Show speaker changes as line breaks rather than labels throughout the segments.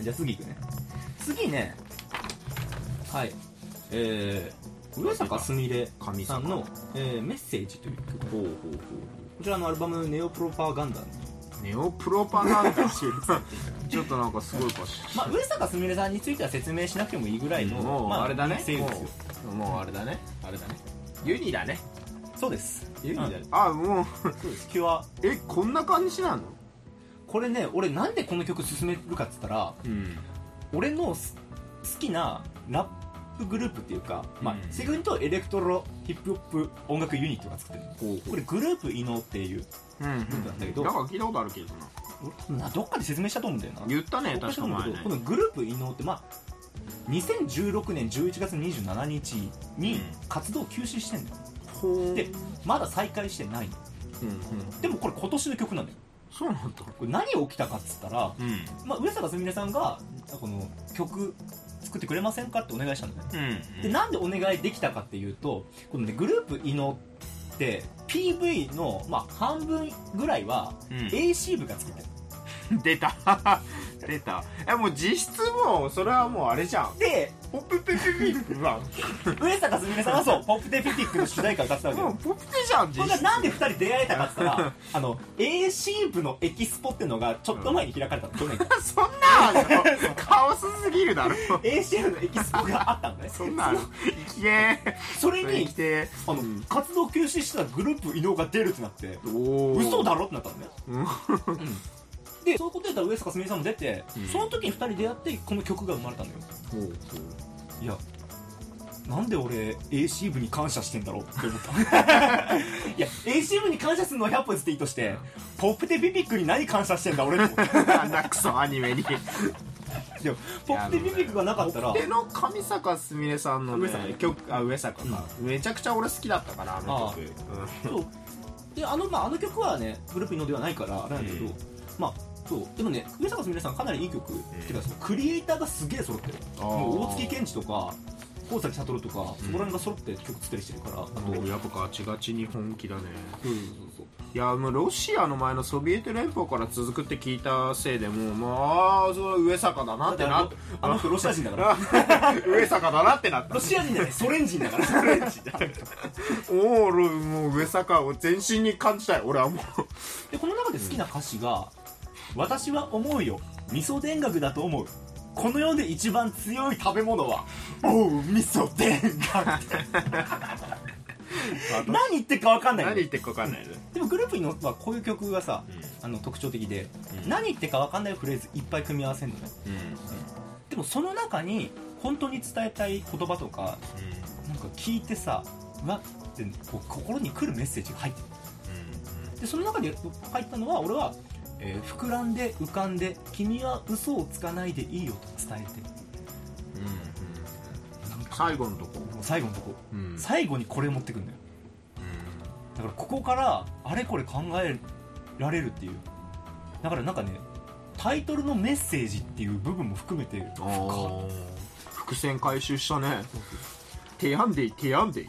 じゃあ次いくね次ねはいえー、上坂すみれ
神
さん
様
の「えーメッセージ」という曲こ
ほうほう
ちらのアルバム「ネオプロパガンダ」
ほうネオプロパガンダちょっとなんかすごいかし
まあ、上坂すみれさんについては説明しなくてもいいぐらいの、
もう、
ま
あ、れだね
セー
も
ルですよ
うもうあれだねあれだねユニだね
そうです
ユニだね、
う
あもう
そうですキュア
えこんな感じなの
これね俺なんでこの曲勧めるかっつったら
うん
俺のす好きなラップグループっていうか、まあ
うん
セグンとエレクトロヒップホップ音楽ユニットが作ってるの
ほうほ
これグループ異能っていう
うんうん
なんだけど
なんか聞いたことあるけどな
俺などっかで説明したと思うんだよな
言ったね
どっ
確
した
か
と思うん
前
だ
ね
けどこのグループ異能ってまあ2016年11月27日
う
に
ん
活動休止してんだよ
ほう
でまだ再開してないの
うんうん
でもこれ今年の曲なのよ
そうなんだ
これ何起きたかっつったら、
うん
まあ、上坂すみれさんがこの曲作ってくれませんかってお願いしたんだよね
うん
でなんでお願いできたかっていうとこの、ね、グループ異能って PV の、まあ、半分ぐらいは
うん
AC 部が作ってる
出た出たえもう実質もうそれはもうあれじゃん
で
ポップペピピピは
上坂すみれさんはそう「ポップテピティック」の主題歌を歌ってたわけ
もう
よ
ポップテじゃん
こ
実
れが
質
なんで2人出会えたかって言ったらあの AC 部のエキスポってのがちょっと前に開かれたの去年
そんなのあるのカオスすぎるだ ろ
AC 部のエキスポがあったんだね
そんなの生きて
それ
ー生
に
きて
あの、活動休止してたグループ異能が出るってなって
ーおー
嘘だろってなったのね
うん
でそういうことやったら上坂すみれさんも出て、
うん
その時に2人出会ってこの曲が生まれたのよいやなんで俺 AC 部に感謝してんだろうって思った いや AC 部に感謝するのは100歩ずっていいとしてポップテピピックに何感謝してんだ俺って思っ
なんだクソアニメに
てでもポップテピピックがなかったら
での上坂すみれさんの、ね、
上坂ね
曲あ上坂か、めちゃくちゃ俺好きだったからあの曲
そうであの,、まあ、あの曲はねグループのではないからあれなんだけど、
うん
まあそうでもね上坂すみれさんかなりいい曲、っていうかそのクリエイターがすげえ揃ってるもう大月健二とか香崎悟とかそこら辺が揃って曲作ったりしてるから、あと、
あとやっぱガチガチに本気だね
そうそうそう
いやもうロシアの前のソビエト連邦から続くって聞いたせいでもうまああーそれは上坂だな
だ
っ
って
て
あ
なっ
のあの人ロシア人だから
た 上坂だなってなった
ロシア人じゃないソ連人だからソ連人だ
おお俺もう上坂を全身に感じたい俺はもう
でこの中で好きな歌詞が「私は思うよ味噌田楽だと思う」この世で一番強い食べ物は、おう、味噌田楽。何言ってるかわかんない
何
の
言ってるか分かんないね
でもグループに乗はこういう曲がさ、あの特徴的で、
うん
何言ってかわかんないフレーズいっぱい組み合わせるのね。
うん
でもその中に、本当に伝えたい言葉とか、なんか聞いてさ、うわってこう心に来るメッセージが入ってるでその中に入ったのは俺は、えー膨らんで浮かんで君は嘘をつかないでいいよと伝えて
うんうん最後のとこ
もう最後のとこ
うん
最後にこれ持ってくんだよだからここからあれこれ考えられるっていうだからなんかねタイトルのメッセージっていう部分も含めて
あー伏線回収したね提案でいい提案でいい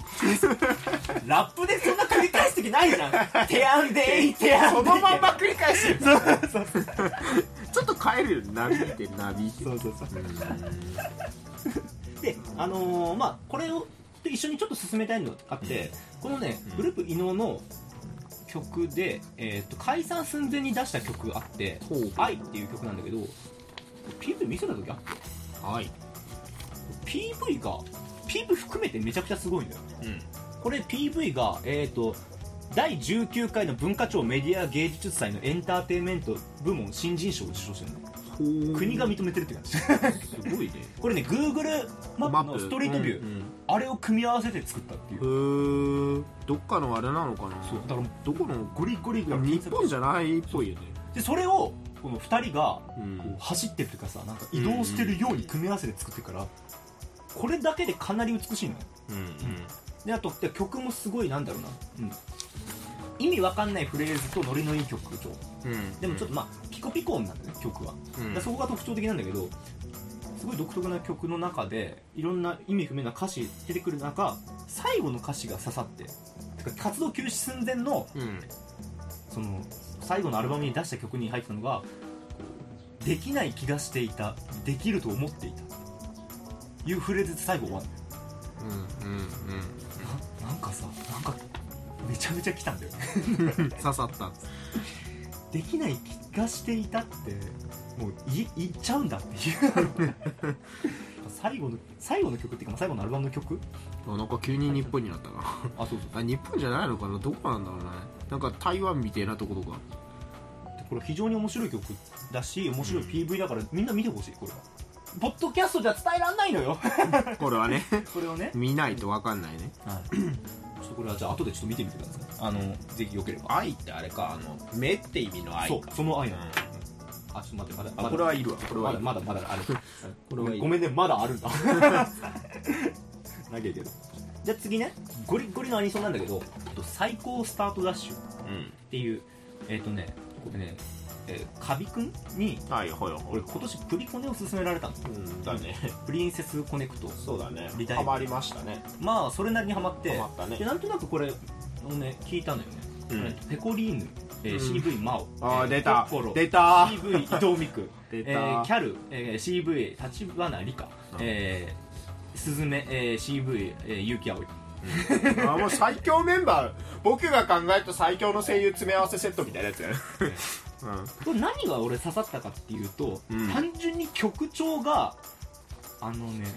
ラップでそんな繰り返す時ない じゃん「てやんでいてやんでい」
繰り返して
そうそうそう
ちょっと変えるよなびいてなびいて
そうそうそう
うん
であのーまあこれをと一緒にちょっと進めたいのがあって、このね
うん
グループ伊能の曲で、えー、と解散寸前に出した曲があって
ほう
「愛」っていう曲なんだけど PV 見せた時あった
はい
PV が PV 含めてめちゃくちゃすごいんだよこれ PV がえっ、と第19回の文化庁メディア芸術祭のエンターテインメント部門新人賞を受賞してるの
ほう
国が認めてるって感じ
すごいね
これね Google マップのストリートビュー、
ー
あれを組み合わせて作ったっていう
へえどっかのあれなのかな
そうだから
どこの
ゴリゴリ
いや日本じゃないっぽいよね
でそれをこの2人が
う
こうん走ってるというかさなんか移動してるように組み合わせて作ってるからこれだけでかなり美しいのよであとで曲もすごいなんだろうな、うん意味わかんないフレーズとノリのいい曲と
うん
でもちょっ
と
とまあピコピコ音なんだよね曲は、だからそこが特徴的なんだけどすごい独特な曲の中でいろんな意味不明な歌詞出てくる中最後の歌詞が刺さっててか活動休止寸前の
うん
その最後のアルバムに出した曲に入ってたのがこうできない気がしていたできると思っていたいうフレーズで最後終わる
うんうん
ななんかさなんかめちゃめちゃ来たんだよね
うん刺さった
できない気がしていたってもうい言っちゃうんだっていう 最後の最後の曲っていうか最後のアルバムの曲
あなんか急に日本になったな
あそうそう
あ日本じゃないのかなどこなんだろうねなんか台湾みたいなところが
でこれ非常に面白い曲だし面白い PV だからみんな見てほしいこれはポッドキャストじゃ伝えらんないのよ
これはね
これをね、
見ないとわかんないね
はい、ちょっとこれはじゃあ後でちょっと見てみてくださいあのぜひよければ
愛ってあれかあの目って意味の愛
そう
か
その愛なの、
う
あちょっと待ってまだ
ん
ま
あ
だ
これはいるわこれ
ま
はい
だ
る
まだまだあ る
これはいい
ごめんねまだあるん だなげけどじゃあ次ねゴリゴリのアニソンなんだけどえっと最高スタートダッシュっ
うん
ていうえっ、とねこれね、えー、カビくんに
はいはいは
俺
い
今年プリコネを勧められたの
うんだね
プリンセスコネクト
そうだね
リタイア
ハマりましたね
まあそれなりにハマって
ハマったね
でなんとなくこれをね聞いたのよね、
うん
えっとペコリーヌ、えー
うん
CV マオ
あー
えー
出た
コッコロ
出た
CV 伊藤美久
出た
えーキャル、えー、CV 立花理香、えー、スズメ、えー、CV、えー、結城葵
あもう最強メンバー僕が考えた最強の声優詰め合わせセットみたいなや つやね
これ何が俺刺さったかっていうと、
うん
単純に曲調があのね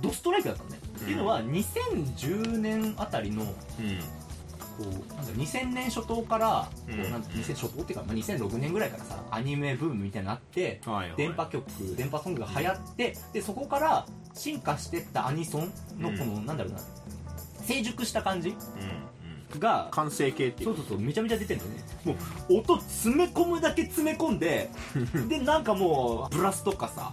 ドストライクだったのね、っていうのは2010年あたりの
うんうん
こうなんか2000年初頭から、こう
うん
なん2000初頭っていうか、まあ、2006年ぐらいからさアニメブームみたいになって
はいはい
電波曲電波ソングが流行ってでそこから進化してったアニソンのこの、なんだろうな成熟した感じが
完成形ってい
そううそうそうめちゃめちゃ出てるんだよねもう音詰め込むだけ詰め込ん ででなんかもうブラスとかさ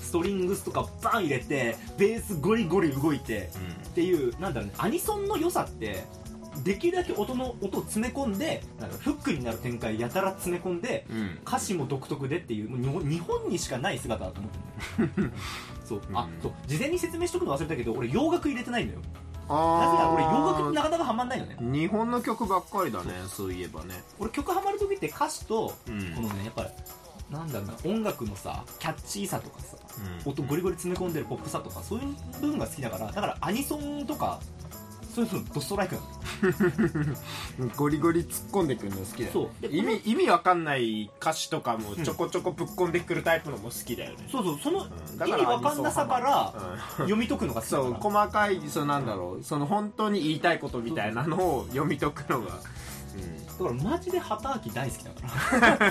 ストリングスとかバン入れてベースゴリゴリ動いてっていうなんだろうねアニソンの良さってできるだけ音の音を詰め込んでなんかフックになる展開やたら詰め込んで
うん
歌詞も独特でっていうもう日本日本にしかない姿だと思ってる そうあ
うん
そう事前に説明しとくの忘れたけど俺洋楽入れてないのよなぜなら俺洋楽ってな
あ
かなかハマんないのね
ー日本の曲ばっかりだねそういえばね
俺曲ハマる時って歌詞と
うん
このねやっぱりなんだろうな音楽のさキャッチーさとかさ音ゴ
リ
リゴリ詰め込んでるポップさとかそういう部分が好きだからだからアニソンとかそういうのドストライクなの
ゴリゴリ突っ込んでくるの好きだよ
そうで
意
この
味意味わかんない歌詞とかもちょこちょこぶっ込んでくるタイプのも好きだよね
そうそうその
うんだ
意
から
味わかんなさから
うん
読み解くのが好きだ
そう
から
細かいそうなんだろうその本当に言いたいことみたいなのを読み解くのが
だからマジで旗あき大好きだから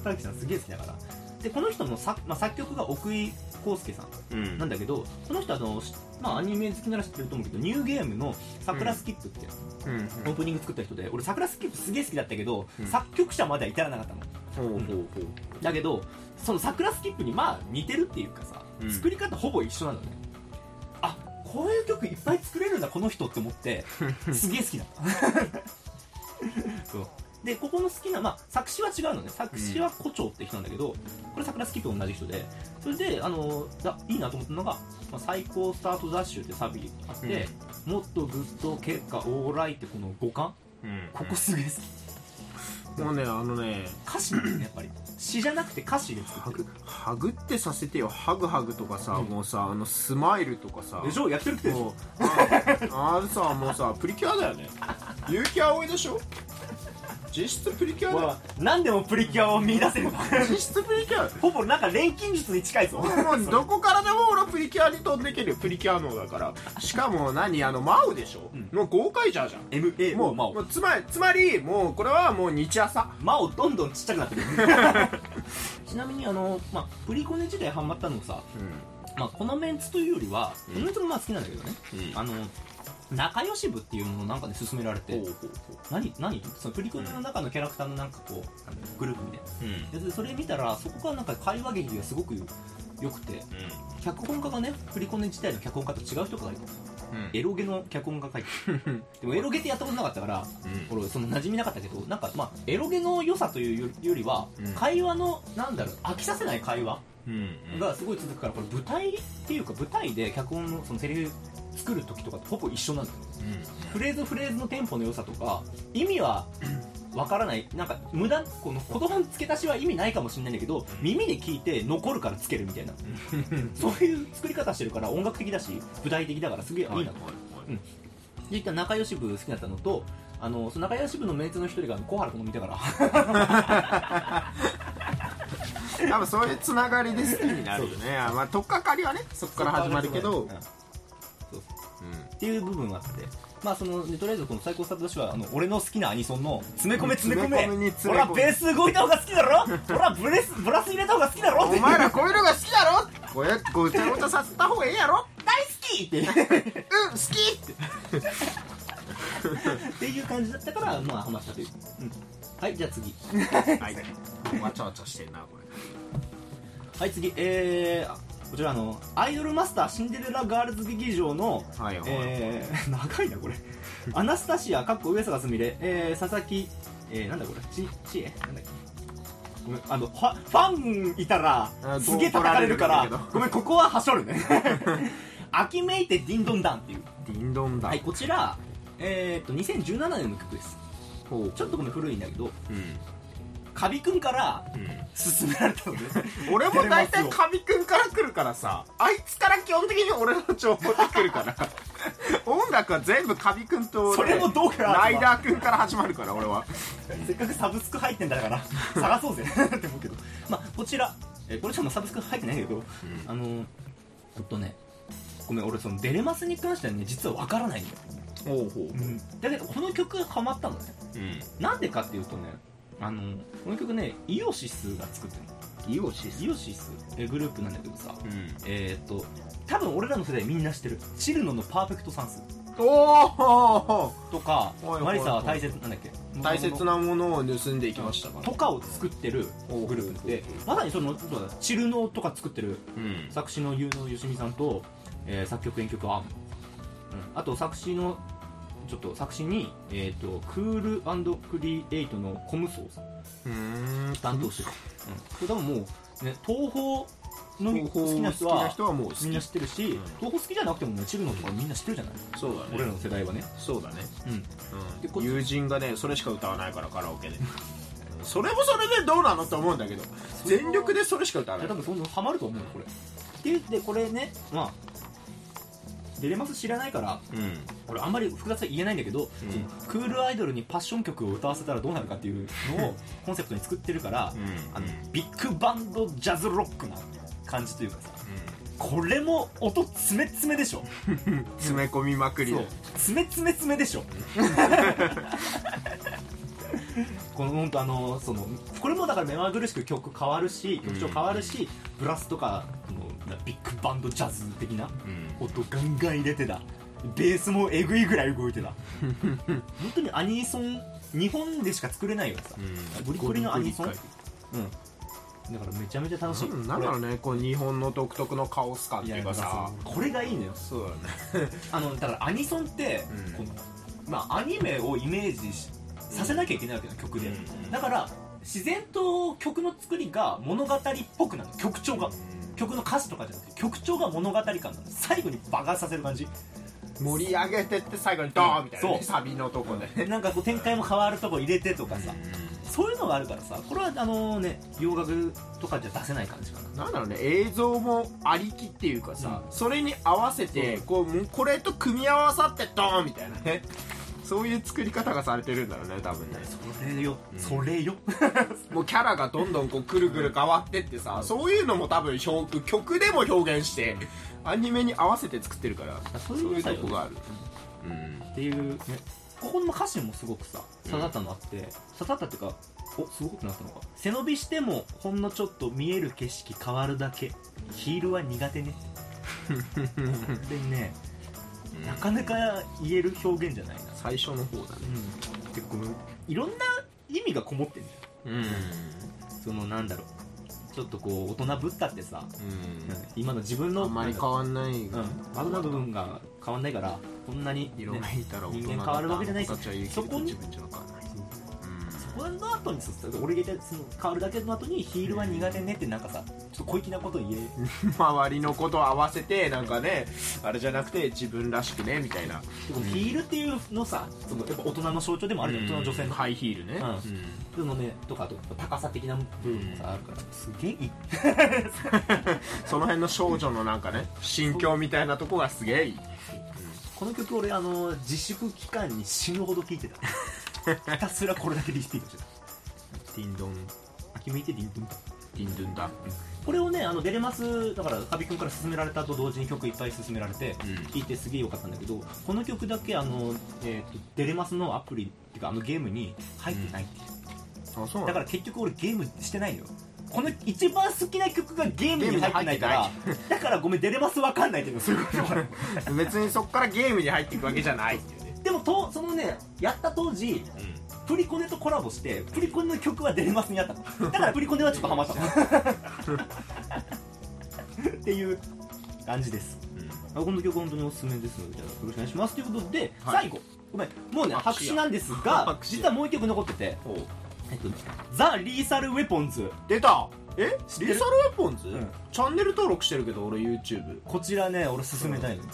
旗あきさんすげえ好きだからでこの人の作,、まあ、作曲が奥井康介さん
うんうん
なんだけどこの人あの、しまあ、アニメ好きなら知ってると思うけどニューゲームの「桜スキップ」って
うんうん
オープニング作った人で俺桜スキップすげえ好きだったけど、
うん
作曲者までは至らなかったの
ほうほうほう
だけどその桜スキップにまあ似てるっていうかさ、
うん
作り方ほぼ一緒なのねあこういう曲いっぱい作れるんだこの人って思ってすげえ好きだったそうでここの好きな、まあ、作詞は違うのね作詞は胡蝶って人なんだけど、これ桜スキップと同じ人でそれであのだいいなと思ったのが「まあ、最高スタートダッシュ」ってサビあって、もっとグッド結果オーライってこの五感
うん
ここすげえ好き
もうねあのね
歌詞なんだよねやっぱり詩じゃなくて歌詞で作
ハ
ってる
グハグってさせてよハグハグとかさ、
うん
もうさあのスマイルとかさ
でしょやってるってでしょ
もうああれさもうさプリキュアだ よね結城葵でしょ実質プリキュアだよ
わ何でもプリキュアを見出せるな
実質プリキュア
ほぼなんか錬金術に近いぞ
もうどこからでも俺はプリキュアに飛んでけるよプリキュア脳だからしかも何あのマウでしょ、
うん
もう豪快じゃんじゃん
MA
も
も
う
うマ
も
オ
うつまりつまりもうこれはもう日朝
マオどんどんちっちゃくなって るちなみにあの、まあ、プリコネ時代ハマったのもさ、
う
まあ、このメンツというよりは
うん
このメンツもまあ好きなんだけどね、
うん
あの仲良し部っていうものをなんかで勧められて
ほうほうほ
何何そのプリコネの中のキャラクターのなんかこうあのグループみたいな
ううん
でそれ見たらそこがなんか会話劇がすごくよ良くて脚本家がねプリコネ自体の脚本家と違う人がいる
うん
エロゲの脚本が書いてるでもエロゲってやったことなかったから
うん
俺その馴染みなかったけどなんかまあエロゲの良さというよりは、
うん
会話のなんだろう飽きさせない会話
うん
がすごい続くからこれ舞台っていうか舞台で脚本のそのセリフ作る時とかとほぼ一緒なんだよフレーズフレーズのテンポの良さとか意味はわからないなんか無駄この言葉の付け足しは意味ないかもしれないんだけど耳で聞いて残るからつけるみた いなそういう作り方してるから音楽的だし舞台的だからすげえいいなと
はい
思っ
はい
て
はい
で一旦仲良し部好きだったのとあのその仲良し部のメンツの一人が小原君を見たから
多分そういうつながりで好きになるよねあまあ取っかかりはねそこから始まる けど
うんっていう部分があってまあそのでとりあえずこの最高スタートダッシュはあの俺の好きなアニソンの詰め込め詰め込め
詰め込みに詰め込み
俺はベース動いた方が好きだろ俺はブレスブラス入れた方が好きだろっ
お
て
前らこういうのが好きだろこうやってごちゃごちゃさせた方がいいやろ
大好き って
うん好きって
っていう感じだったからまあ話したという、うん、はいじゃあ次
はいわちゃわちゃしてんなこれ
はい次えーあこちらあのアイドルマスターシンデレラガールズ劇場の
はいはい
えー、長いなこ れアナスタシアかっこ上坂すみれ、えー、佐々木、えー、なんだこれちちえなんだっけごめんあのファファンいたら
あ
すげえ叩かれるか
怒られるんだ
ら
けど
ごめんここははしょるね 秋めいてディンドンダンっていう
ディンドンだ
はいこちらえー、っと2017年の曲です
ほう
ちょっとごめん古いんだけど
うん
カビくんから勧められたのね
俺も大体カビくんから来るからさあいつから基本的に俺の情報って来る から音楽は全部カビくんと、ね、
それもどうかな
ライダーくんから始まるから俺は
せっかくサブスク入ってんだから 探そうぜ って思うけどまあこちらえーこれちょっとサブスク入ってないんだけど、あのーほんとねごめん俺そのデレマスに関してはね実はわからないんだよ、
ほうほ
だけどこの曲ハマったのね
う
なんでかっていうとねあのーこの曲ねイオシスが作ってるの
イオシ
イオシスえーグループなんだけどさ
うん
えー、っと多分俺らの世代みんな知ってるチルノのパーフェクト算数
おお
とか
はいはいはい
マリサは大切なんだっけ
大切なものを盗んでいきましたか
とかを作ってるグループでまさにそのそうだチルノとか作ってる
うん
作詞の有能よしみさんと、えー作曲編曲は、うん、あと作詞のちょっと作詞に、えー、とクールクリエイトのコムソーさん
うん
担当してる、うん、これ多分もう、ね、東宝の
東
好
方
きな
好
人
きな
は
人はもう好き
みんな知ってるし、
ん
東宝好きじゃなくてもねチルノとかみんな知ってるじゃない、
そうだ
俺らの世代はね、
そうだね
うん、でこっち
友人がねそれしか歌わないからカラオケで それもそれでどうなのと思うんだけど全力でそれしか歌わ
い
ない
や多分そんなのハマると思うよこれっていうでこれねまあデレマス知らないから
うん
俺あんまり複雑は言えないんだけど、
うん
そのクールアイドルにパッション曲を歌わせたらどうなるかっていうのをコンセプトに作ってるから、
うん
あのビッグバンドジャズロックな感じというかさこれも音詰め詰めでしょ
詰め込みまくり
そ
だ
う詰め詰め詰めでし ょこの本当あのそのこれもだから目まぐるしく曲変わるし曲調変わるし、ブラスとかこのビッグバンドジャズ的な音ガンガン入れてたベースもえぐいぐらい動いてた本当にアニソン日本でしか作れないよさ、ゴリゴリのアニソン、うん、だからめちゃめちゃ楽しい
なんだろうねこう日本の独特のカオス感っ
い
て
や
いう
だ
か
から
さ
さこれがいいのよ
そうだね
あのだからアニソンって、
うん
このまあ、アニメをイメージしさせなきゃいけないわけな曲で、
うん
だから自然と曲の作りが物語っぽくなる曲調が、曲の歌詞とかじゃなくて曲調が物語感なの最後に爆発させる感じ
盛り上げてって最後にドーンみたいなね
そう
サビのとこで
なんかこう展開も変わるとこ入れてとかさ、そういうのがあるからさこれはあのね洋楽とかじゃ出せない感じかな
なんだろうね映像もありきっていうかさ、それに合わせて
そう
こうもうこれと組み合わさってドーンみたいなね そういう作り方がされてるんだろうね多分ね
それよ、それよ
もうキャラがどんどんこうくるくる変わってってさ、そういうのも多分表曲でも表現してアニメに合わせて作ってるから
そ
そうう
いう
いうとこがある
っていうねここの歌詞もすごくさ刺さったのあって、刺さったっていうかおすごくなったのか背伸びしてもほんのちょっと見える景色変わるだけヒールは苦手 ね本当にねなかなか言える表現じゃないな、
最初の方だね
うん、でこのいろんな意味がこもってんじゃん
うんうん
そのなんだろうちょっとこう大人ぶったってさ、今の自分の
あんまり変わんない、
うん、バグな部分が変わんないからこんなに、
色が
ね
いいたら大人
人間変わるわけじゃないし
し
そこに
自分じゃ変わらないうん
この後にそうそう俺が言ったその変わるだけの後にヒールは苦手ねってなんかさちょっと小粋なこと言え
周りのことを合わせてなんかねあれじゃなくて自分らしくねみたいな
でもヒールっていうのさそのやっぱ大人の象徴でもあるじゃん、大人の女性の
ハイヒールね、
うん
う
服のねとかあと高さ的な部分もさあるからすげえいい
んその辺の少女のなんかね心境みたいなとこがすげえいい
この曲俺あの自粛期間に死ぬほど聴いてた ひたすらこれだけリスピートしてた
ディンドン
秋向いてリンクン
ディンドゥンだ
これをねあのデレマスだからカビ君から勧められたと同時に曲いっぱい勧められて
うん
聴いてすげえ良かったんだけどこの曲だけあの、えーとデレマスのアプリっていうかあのゲームに入ってないっていう、
あそう
だ
な
か
の
ら結局俺ゲームしてないよこの一番好きな曲がゲームに入ってないからだからごめんデレマスわかんないっていうのすごいことなの
別にそっからゲームに入っていくわけじゃないっていうね
でもとそのねやった当時プリコネとコラボしてプリコネの曲はデレマスにあったのだからプリコネはちょっとハマった のっていう感じですあこの曲本当におすすめですのでじゃあよろしくお願いしますということで、
はい
最後ごめんもうね
拍
白
手
紙
や
なんですが
拍手や
実はもう一曲残ってて
ほう
えっとザ・リーサル・ウェポンズ
出たえ
知って
リ
る
ーサルウェポンズ、
ん
チャンネル登録してるけど俺 YouTube
こちらね俺勧めたいの、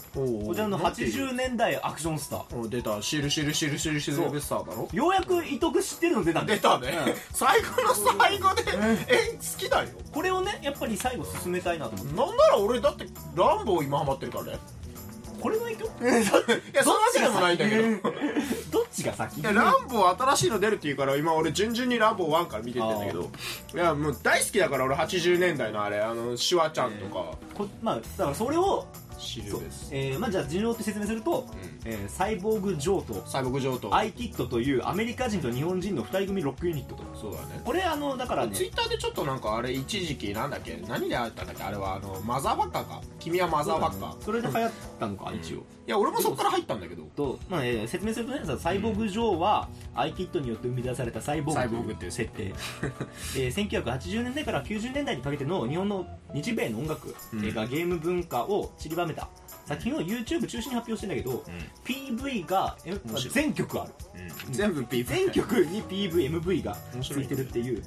こちらの80年代アクションスター
お出たシルシルシルシルシル
そう
ベスターだろ
ようやく伊徳知ってるの出たんだよ
出たね、
うん
最後の最後で、え好きだよ
これをねやっぱり最後進めたいなと思って
なんなら俺だってランボー今ハマってるからね
これの影響
いやそんなわけでもないんだけどい
どっちが先
やランボー新しいの出るっていうから今俺順々にランボー1から見てってんだけどいやもう大好きだから俺80年代のあれあのシュワちゃんとか、
こまあだからそれを、
シ
そう
ス
えーまあ、じゃあ需要って説明すると、
ん
えーサイボーグ・ジョーと
サイボーグ上等
アイキッドというアメリカ人と日本人の2人組ロックユニットと
そうだね
これあのだからね
ツイッターでちょっとなんかあれ一時期なんだっけ何であったんだっけあれはあのマザーバッカーか君はマザーバッカー、
それで流行ったのか一応
いや俺もそっから入ったんだけど
と、まあえー説明するとねさサイボーグ・ジョーは、アイキッドによって生み出されたサイボーグ
サイボーグっていう
設定、 えー1980年代から90年代にかけての日本の日米の音楽、
うん
映画ゲーム文化を散りばめた作品を YouTube 中心に発表してんだけど、PV がえ
面白い
全曲ある
全部 PV
全曲に PVMV が
面
つ
白いね
いてるっていう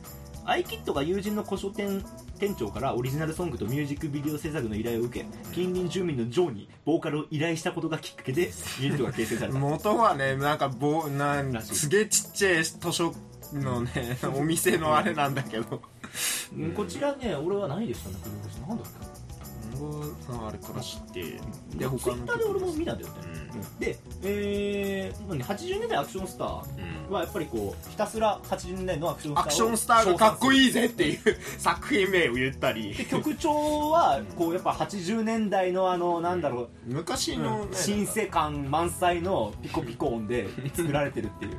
アイキッドが友人の古書店店長からオリジナルソングとミュージックビデオ制作の依頼を受け近隣住民のジョーにボーカルを依頼したことがきっかけでユニットが形成された
元はねなんかぼなん
らしい
すげえちっちゃい図書のねお店のあれなんだけど
うんこちらね俺は何でしたねこの曲なんだっ
あれから知って
け
で
ツイ
他
ッ
の
ターで俺も見たんだよね、
うん
うんで、えー、もうね80年代アクションスター
うん
はやっぱりこうひたすら80年代のアクションスターを
アクションスターがかっこ
い
いいぜっていう作品名を言ったり
で曲調はこうやっぱ80年代のあのなんだろう
昔のね
新生感満載のピコピコ音で作られてるっていう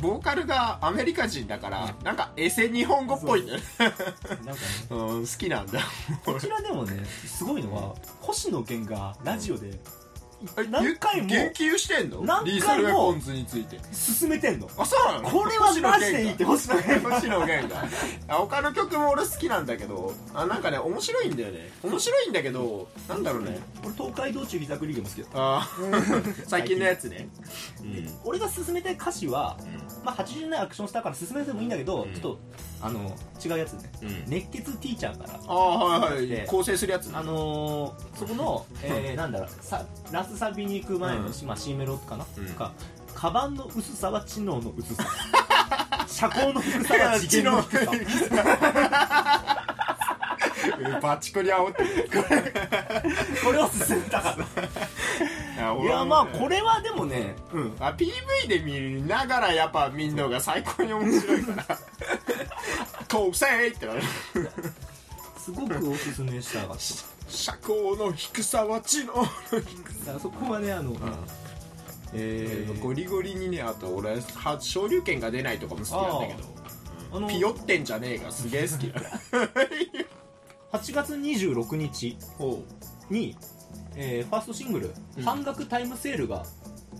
ボーカルがアメリカ人だからなんかエセ日本語っぽいね
なんかね
うん好きなんだ
こちらでもねすごいのは星野源がラジオで何回も
言及してんの
何回も
リーサルウェポンズについて
進めてんの
あそうなの
これはマジでいいって星野源が
星野源があ他の曲も俺好きなんだけどあなんかね面白いんだよね面白いんだけどなんだろうね
俺東海道中膝クリーグも好きだった
あー最近のやつね
俺が進めたい歌詞は、まあ、80年代アクションスターから進めてもいいんだけど、
うん
ちょっとあの違うやつね熱血ティーチャーから
ああーはいは
で
い構成するやつ
あのーそこの、えーなんだろうさラスサビに行く前の、
うん
まあ、C メロかな、
うん
かカバンの薄さは知能の薄 さ車高の低さは次元の低さ
バチコリ煽ってる
これを進めたか
や
らい
俺は
や
ね
まあこれはでもね、うん、
あ PV で見ながらやっぱ見んのが最高に面白いから 構成ってなる
すごくおすすめ したかっ
車高の低さは知能
ただからそこはねあの、
えーゴリゴリにねあと俺は昇竜拳が出ないとかも好きなんだけど
あの
ピヨってんじゃねえがすげえ好きだ
8月26日
ほ
に、えーファーストシングル、
うん
半額タイムセールが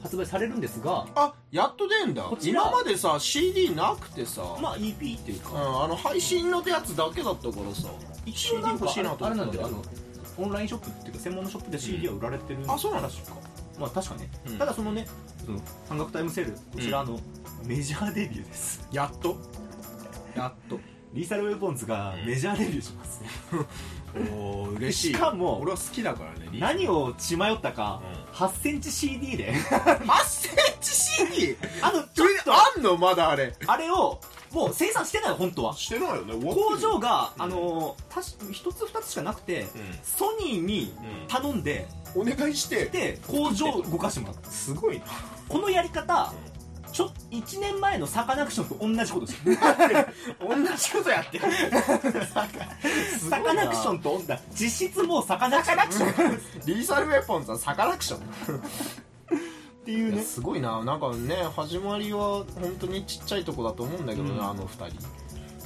発売されるんですが、
あやっと出んだ
こちら
今までさ CD なくてさ、
まあ EP っていうか、
うん、あの配信のやつだけだったからさ
一応なんか
CD 欲しいなと
あれ
思
な
っ
ん
て
だ
た
よ
んだよ
あのオンラインショップっていうか専門のショップで CD は売られてる、
あそうなんだ
確かまあ確かね、
うん
ただそのねその半額タイムセールこちらあの、メジャーデビューです
やっとやっと
リーサルウェポンズがメジャーデビューします、
おー嬉しい
しかも
俺は好きだからね
何を血迷ったか、
う
8センチ CD で
8センチ CD
あのち
そ
ょ
れ
っと
あんのまだあれ
あれをもう生産してないの本当は
してないよね
工場が、
うん
あのたし一つ二つしかなくて、
う
ソニーに頼んで
ん、お願いして
で工場を動かしてもらった
すごいな
このやり方ちょ1年前のサカナクションと同じこと でする
同じことやってるすご
サ
いな
カナクションと同じ実質もうサカナクション
リーサルウェポンズはサカナクション
っていう
いや
ね
すごいななんかね始まりは本当にちっちゃいとこだと思うんだけどね、
うん
あの二人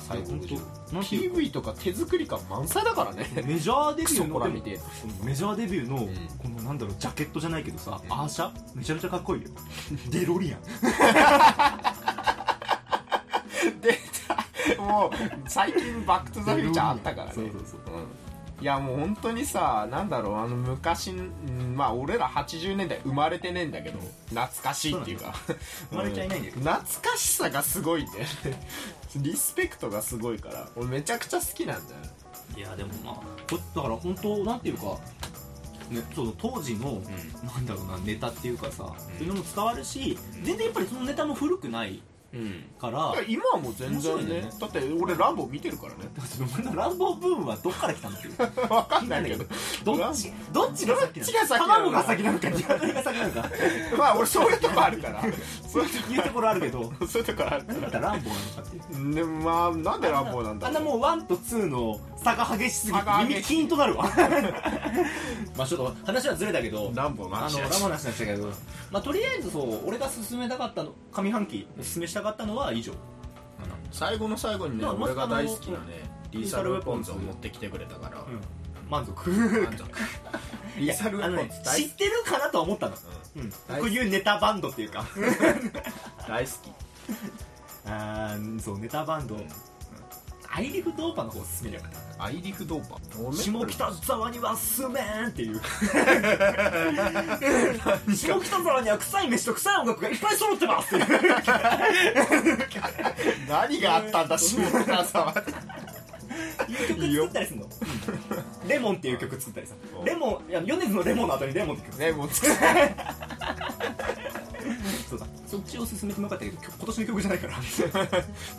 最後の
いや本当なんていうか
PV とか手作り感満載だからね
メジャーデビュ
ク
ー
ソ
の
コ
で
ラ
も
見て
メジャーデビューの
ん
このなんだろうジャケットじゃないけどさ、
うん
アーシャめちゃめちゃかっ こいいよデロリアン
出たもう最近「バック・トゥ・ザ・フューチャー」あったからね
そうそうそう
うんいやもう本当にさなんだろうあの昔んまあ俺ら80年代生まれてねえんだけど懐かしいっていうか
生まれちゃいないんだけ
懐かしさがすごいんだよねリスペクトがすごいから俺めちゃくちゃ好きなんだよね
いやでもまあこだから本当なんていうか、ね、その当時の、なんだろうなネタっていうかさ、そういうのも伝わるし全然やっぱりそのネタも古くない
うん
から
いや今はもう全
面白い
然ね
ね
だって俺ランボー見てるからね
ランボーブームはどっから来たんですよ
わかんないけど
どっちどっちが先なの
どっちが先なの
卵が先なのか鶏が先なのか
まあ俺そういうとこあるからそういうと
いうところあるけど
こそういうとこあるか
何だったらランボーなのかっていう
らでもまあなんでランボーなんだ
あんな
ろう
もう1と2の差が激しすぎて
差が激しい
耳キーンとなるわ まあちょっと話はずれたけど
ランボーの
あ
話
の
だ
ラ
し
マなしでしたけど、まあ、とりあえずそう俺が勧めたかったの上半期お勧めしたかったのは以上
最後の最後にね
だから
俺が大好きなねリ
リ
ー
ー
サ
サ
ル
ル
ウ
ウ
ェ
ェ
ポ
ポ
ン
ン
ズ
ズ
を持ってきてくれたから
満足
満 足リーサルウ
あ
ェ
の
ポン
ね
ズ
知
大
っ
好
てるかなとは思ったの、
き
うん、こ
大好
う
き
いうネタバンドっていうか
大好
あーそうネタバンド、アイリフ・ドーパの方を勧めるよかった
きアイリフドーパ
下北沢にはすめんって いう下北沢には臭い飯と臭い音楽がいっぱい揃ってますっていう
何があったんだ下北沢で
曲作ったりすんのレモンっていう曲作ったりさ
うん
レモンいや米津のレモンの後にレモンって曲
ねもうつく
そうだそっちを進めてもよかったけど今日今年の曲じゃないから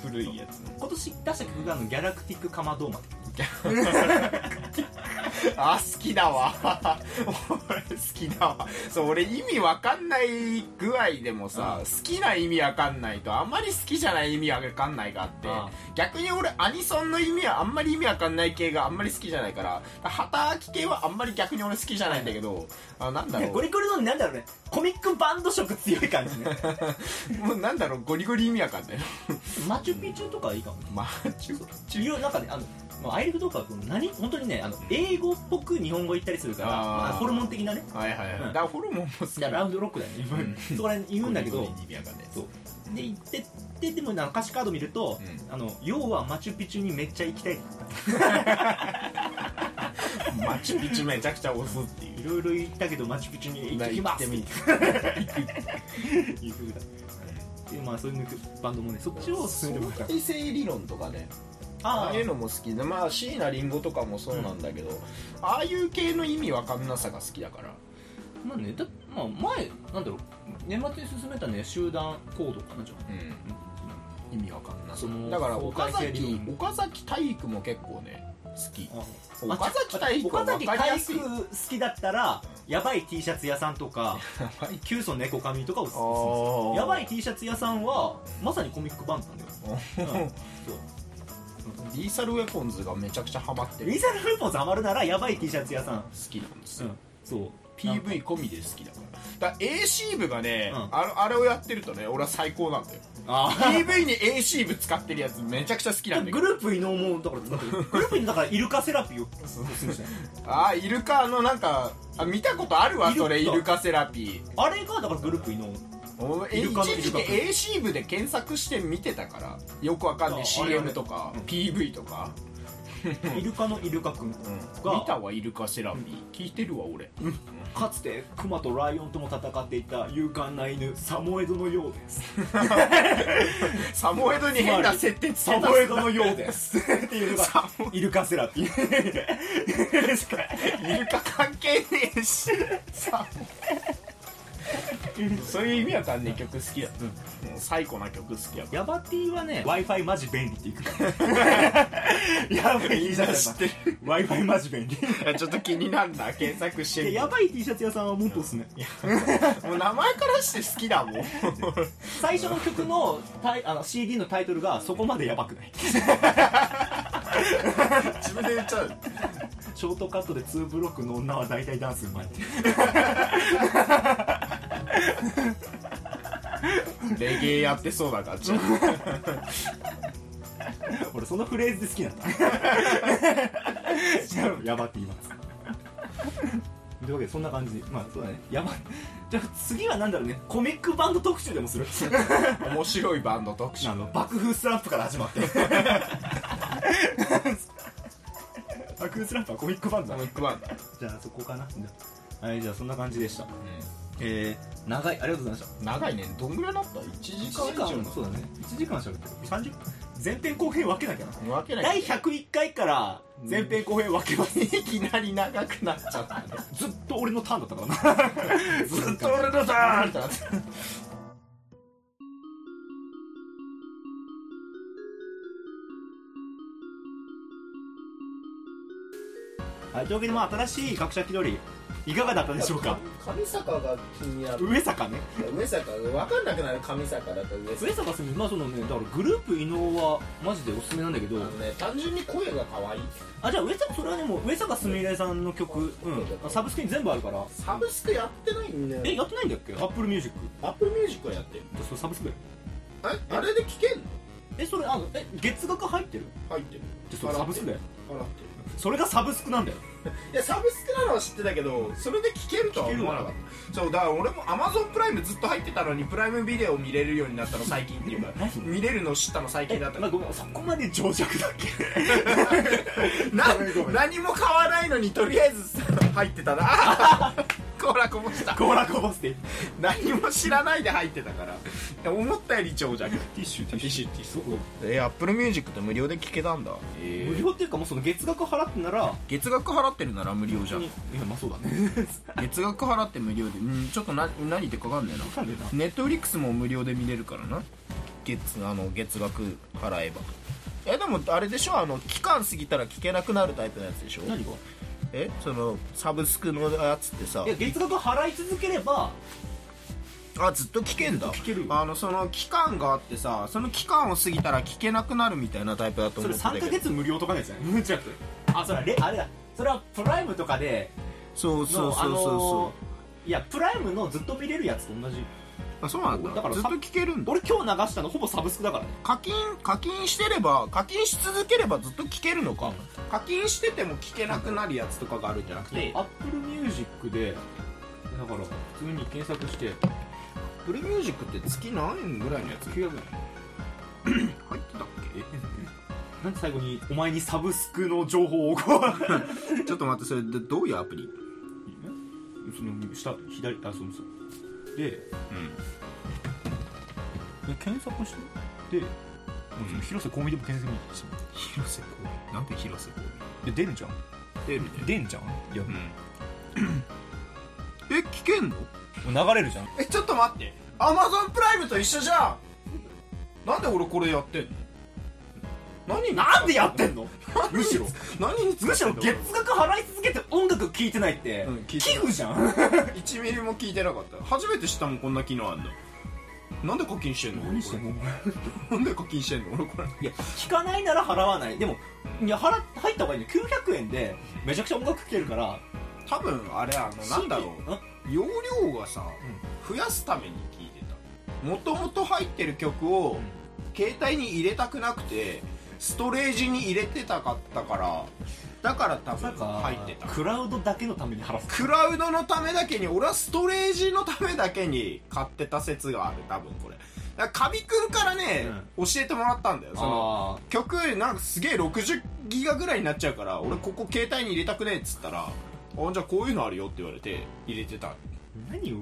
古いやつね
今年出した曲があのギャラクティックカマドーマって
あ好きだわ 俺好きだわそう俺意味わかんない具合でもさ、
うん
好きな意味わかんないとあんまり好きじゃない意味わかんないがあって、
うん
逆に俺アニソンの意味はあんまり意味わかんない系があんまり好きじゃないから旗き系はあんまり逆に俺好きじゃないんだけど、あなんだろ
ゴリゴリのなんだろうねコミックバンド色強い感じね
うもうなんだろうゴリゴリ意味わかんない
マチュピチュとかいいかもね
まあ中国
いろいろなんかねあのまあアイリフとかはこの何本当にねあの英語っぽく日本語言ったりするから
あー
まあホルモン的なね
はいはいはい、
うん
だからホルモンも好き
いやラウンドロックだよね
うん
そこら辺言うんだけ
ゴリ
ど
ゴリ意味わかんない
で行ってってでもなんか歌詞カード見ると、あの要はマチュピチュにめっちゃ行きたい
うん、マチュピチュめちゃくちゃ押すっていう
いろいろ言ったけどマチュピチュに行ってきます
行って
いう曲だでまあそういう曲バンドもねそっちを進めてもらった
相対性理論とかねあ
あ
あいうのも好きでまあ椎名林檎とかもそうなんだけど、ああいう系の意味わかんなさが好きだから
まあねだまあ前なんだろう年末に進めたね集団行動かなじゃ
うん
あ
意味わかんなさ
その
だから
相
岡
対性理
崎
論
岡崎体育も結構ね好き
あ
岡崎体育は
岡
分
崎
かり
体
やすい
育好きだったらやばい T シャツ屋さんとかキュウソ猫髪とかをおすすめするやばい T シャツ屋さんはまさにコミックバンドなんだよ、うん
リーサルウェポンズがめちゃくちゃハマって
そう
る
リ
好
ーサルフーポンズハマるならやばい T シャツ屋さん、
きなんです
う
よ、
ん、そう
PV 込みで好きだからだから AC 部がね、
うん
あのあれをやってるとね俺は最高なん だよ
あ
PV に AC 部使ってるやつめちゃくちゃ好きなんだけど
グループ異能もだ から使ってるグループにだからイルカセラピーをおすめしたい
あーイルカのなんかあ見たことあるわ
イルカ
それイルカセラピ
あれがだからグループ異能
ーおえ
イルカの
一時期
イルカ
AC 部で検索して見てたからよくわかんない
ああれはね
CM とか
うん
PV とか
イルカのイルカ君
見
が
たわイルカセラピー聞いてるわ俺
かつてクマとライオンとも戦っていた勇敢な犬サモエドのようです
サモエドに変な設定つけ
サ
た
モエドのようですっていうのがイルカセラピーですか
イルカ関係ねえしサモ
そういう意味わかんねえ曲好きや最高な曲好 きや
ヤバティはね w i f i マジ便利っていくから やばい T シャツ
知っ
w i f i マジ便利
エドちょっと気になんだ検索して
で
み
やばい T シャツ屋さんはもっとおすすめ
てもう名前からして好きだもん
最初の曲のタイあの CD のタイトルがそこまでやばくない
自分で言っちゃう
ショートカットで2ブロックの女は大体ダンスうまいって
レゲエやってそうだからちょっと
俺そのフレーズで好きなんだ やばって言いますというわけでそんな感じまあそうだねやばじゃあ次はなんだろうねコミックバンド特集でもする
面白いバンド特集
あの爆風スランプから始 まって爆風スランプはコミックバンド
コ
だ
ミックバンド
じゃあそこかなじゃあはいじゃあそんな感じでしたえー、長いありがとうございました
長いねどんぐらいだった1
1
時間以
時間
上
そうだね1時間しゃべってる30前編後編分けなきゃな
なわけない
第101回から前編後編分けます、
いきなり長くなっちゃったね
ずっと俺のターンだったからな ずっと俺のターンはい、というわけでまあ新しい学者気取りいかがだったでしょうか
上坂が気にな
上坂ね
上坂わかんなくなる上坂だと上
上坂すみまあそのねだからグループ伊能はマジでおすすめなんだけど
あのね単純に声が可愛い
あじゃあ上坂それはでも上坂すみれさんの曲、うん、サブスクに全部あるから
サブスクやってないんだよ
えやってないんだっけアップルミュージック
アップルミュージックはやってる
それサブスクだよ
ああれで聴けんの
えそれあのえ月額入ってる
入ってる
じゃそれサブスクだよ
払ってる
それがサブスクなんだよ
いやサブスクなのは知ってたけどそれで聴けるとは思わなかったそうだから俺も Amazon プライムずっと入ってたのにプライムビデオ見れるようになったの最近っていうか見れるの知ったの最
え
近だ
な
った
ごめんそこまで情弱だっけ
な
ごめんごめん
何も買わないのにとりあえず入ってたなあーこらこぼした
ゴーラこぼして
何も知らないで入ってたから思ったより長尺
ティッシュティッシュティッシュ
えアップルミュージックって無料で聴けたんだえ
無料っていうかもうその月額払ってなら
月額払ってるなら無料じゃん
いやまあそうだね
月額払って無料でうんちょっとな何言ってかわかんねえな
なんでな
ネットフリックスも無料で見れるからな月あの月額払えばえでもあれでしょあの期間過ぎたら聞けなくなるタイプのやつでしょ
何が
えそのサブスクのやつってさ
いや月額払い続ければ
あずっと聞けんだ
聞けるよ
あのその期間があってさその期間を過ぎたら聞けなくなるみたいなタイプだと
そ
思
れ
ってた
3
け
ヶ
ど
月無料とかのやつじゃない違うあそれはレあれだそれはプライムとかで
そう
の
そうそうそう
あ
そ
のーいやプライムのずっと見れるやつと同じ
うあそうなんだ
だから
ずっと聞けるんだ
俺今日流したのほぼサブスクだからね
課金課金してれば課金し続ければずっと聞けるのか、課金してても聞けなくなるやつとかがあるんじゃなくて、
アップルミュージックでだから普通に検索して
フルミュージックって月何円ぐらいのやつ
900円
入ってたっ
なんで最後にお前にサブスクの情 報をこう
けちょっと待ってそれでどういうアプリ
その下左あそうそうでで検索してでもうその広瀬香美でも検索しても
広瀬香美なんで広瀬香
で出るじゃん
美出るね
出んじゃんいや、
え聞けんの
もう流れるじゃん
えちょっと待ってアマゾンプライムと一緒じゃんなんで俺これやってんの何
なんでやってんのむしろ
何に
むしろ月額払い続けて音楽聴いてないって、
うん聞
寄
いてない
付じゃん
1ミリも聞いてなかった初めて知ったもんこんな機能あんのなんで課金してんの
んのお前
俺なんで課金してんの俺これ
いや聞かないなら払わないでもいや払っ入った方がいいね900円でめちゃくちゃ音楽聴けるから
多分あれあのなんだろう
CD ん
容量がさ、増やすために聞いてたもともと入ってる曲を携帯に入れたくなくてストレージに入れてたかったからだから多
な
分
んか
入ってた
クラウドだけのために払す
クラウドのためだけに俺はストレージのためだけに買ってた説がある多分これだからカビくるからね、教えてもらったんだよその
あ
曲なんかすげえ60ギガぐらいになっちゃうから俺ここ携帯に入れたくねえっつったらあじゃあこういうのあるよって言われて入れてた
ー何を、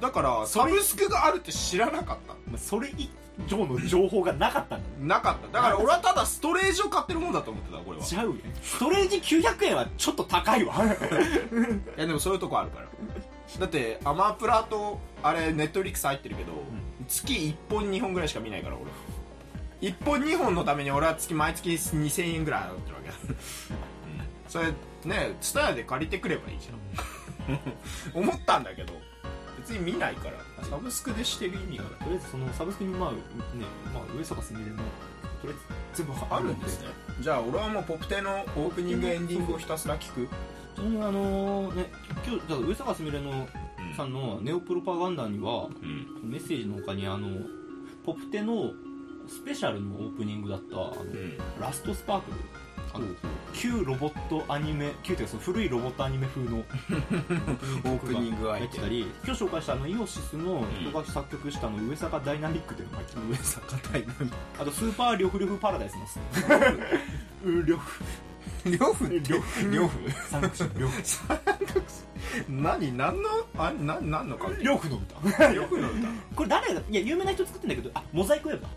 だからサブスクがあるって知らなかった
まあ、それ以上の情報がなかったんだ
なかっただから俺はただストレージを買ってるもんだと思ってたこれは
ちゃうよストレージ900円は ちょっと高いわ
いやでもそういうとこあるからだってアマプラとあれネットリックス入ってるけど、月1本2本ぐらいしか見ないから俺1本2本のために俺は月毎月2000円ぐらい払ってるわけだ、うんそれねツタヤで借りてくればいいじゃん 思ったんだけど別に見ないからサブスクでしてる意味が
とりあえずそのサブスクにまあねまあ上坂すみれのとりあえず全部
あるんですねじゃあ俺はもうポプテのオープニングエンディングをひたすら聞く
ちなみにあのね今日だから上坂すみれのさんのネオプロパガンダには
うん
メッセージの他にあのポプテのスペシャルのオープニングだったあの、
うん
ラストスパークルあの旧ロボットアニメ旧というかその古いロボットアニメ風 のオー
プニングが
入ってたり今日紹介したあのイオシスの
ん
人が作曲したあの上坂ダイナミックというのが入ってる
上坂大な
あとスーパーリョフリョフパラダイスの
両夫両夫両夫両夫
三国志の両夫
何何のあれ何何の関係
両夫の歌
両夫の歌モ
これ誰がいや有名な人作ってんだけどあモザイクウェーブだ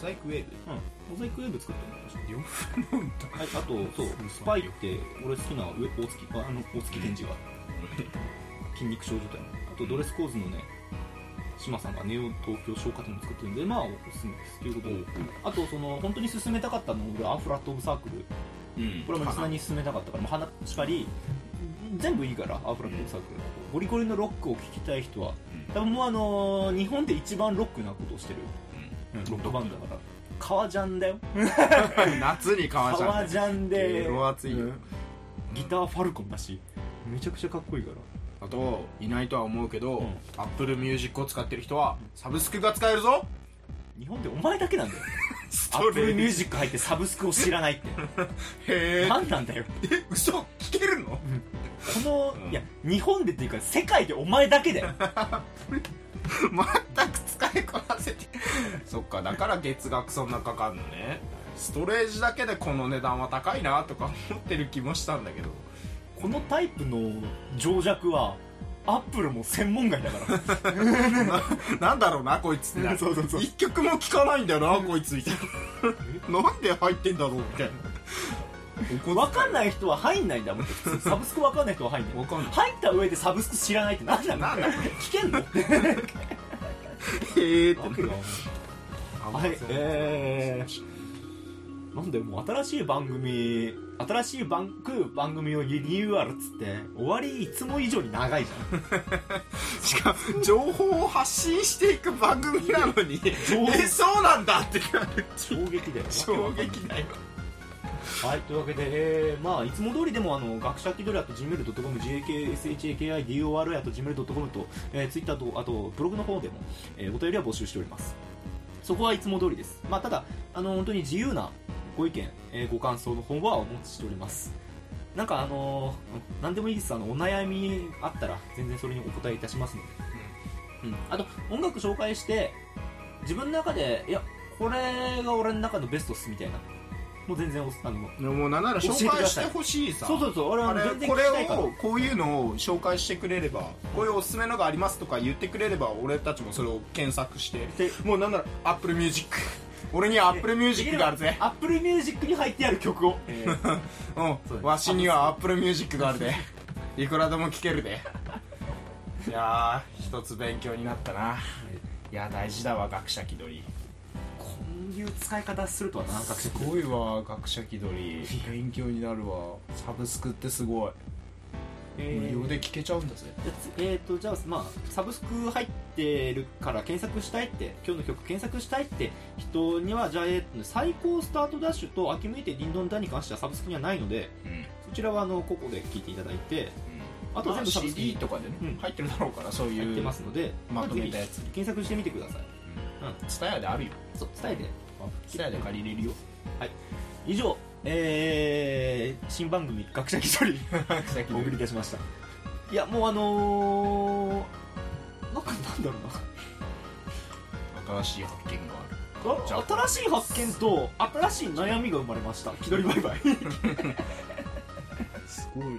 ザイクウェーブ
うんモザイクウェーブ作ってるんだ
両夫の歌
はい、あとそうスパイって俺好きな上大月ああの大月天智が筋肉少女隊あとドレスコーズのね島さんがネオ東京消化店も作ってるんでまあおすすめですということで、あとその本当に勧めたかったの俺アンフラット・オブ・サークル
うん
これもリスナーに勧めたかったからもう花しかり全部いいからアンフラット・オブ・サークル、ゴリゴリのロックを聴きたい人は多分もうあのー日本で一番ロックなことをしてる、うんロックバンドだから革ジャンだよ
夏に革ジャ
革
ン
ジャンで
エロ熱いよ
うんギターファルコンだしめちゃくちゃかっこいいから
あといないとは思うけど、
うん
アップルミュージックを使ってる人はサブスクが使えるぞ
日本でお前だけなん だよ
ス
アップルミュージック入ってサブスクを知らないっ
へ
て
え
何なんだよ
え嘘聞けるの
この、
うん
いや日本でっていうか世界でお前だけだよ
全く使いこなせてそっかだから月額そんなかかんのねストレージだけでこの値段は高いなとか思ってる気もしたんだけど
このタイプの情弱はアップルも専門外だから
なんだろうなこいつってな
そうそうそう
一曲も聴かないんだよなこいつみたいな なんで入ってんだろうみたいな
分かんないい人は入んないんだもん普通サブスク分かんない人は入んない
わかんない
入った上でサブスク知らないって何なんだ
なんだこれ
聞けんの
へえってなる
はいえなんだよもう新しい番組新しいバンク番組をリニューアルっつって終わりいつも以上に長いじゃん
しかも情報を発信していく番組なのにえそうなんだってなる
衝撃だよ
衝撃だよ
はいというわけで、えーまあいつも通りでもあの学者気取りあと gmail.com gakshakidoru あと gmail.com と、えー、Twitter とあとブログの方でも、えーお便りは募集しておりますそこはいつも通りですまあただあの本当に自由なご意見、えーご感想の方はお持ちしておりますなんかあのー何でもいいですあのお悩みあったら全然それにお答えいたしますので、うん、あと音楽紹介して自分の中でいやこれが俺の中のベストっすみたいなもう全然おあの
でももうなんなら紹
教えてく
介
だ
し
さ
て
い
ほしいさ
そうそうそう俺
あ
は
れ
全然
こ
聞
れ
きたいから
をこういうのを紹介してくれればこういうおすすめのがありますとか言ってくれれば俺たちもそれを検索して
で
もうなんならアップルミュージック俺にはアップルミュージックがあるぜ
アップルミュージックに入ってある曲を、えー
う
そうんです
わしにはアップルミュージックがあるでいくらでも聴けるでいやー一つ勉強になったないや大事だわ学者気取り
こういう使い方するとはな学
す
者
ごいわ学者気取り勉強になるわサブスクってすごい無料で聴けちゃうんだぜ
じゃあつえー、とじゃあ、まあ、サブスク入ってるから検索したいって今日の曲検索したいって人にはじゃあ、えーと最高スタートダッシュと秋めいてリンドンダに関してはサブスクにはないので
うん
そちらはあの個々で聴いていただいてあと全部サブスク
CD
に
とかでね、
うん
入ってるだろうからそうい
入っ
う
てますので
まとめた
ぜ
やつ
ひ検索してみてください
ツタヤであるよ
そう伝えて
ツタヤで借りれる よ
以上、えー新番組「学者気取り」
先
お送りいたしましたいやもうあのー、なんかなんだろうな
わか新しい発見があるじゃあ
新しい発見と新しい悩みが生まれました気取りバイバイ
すごいな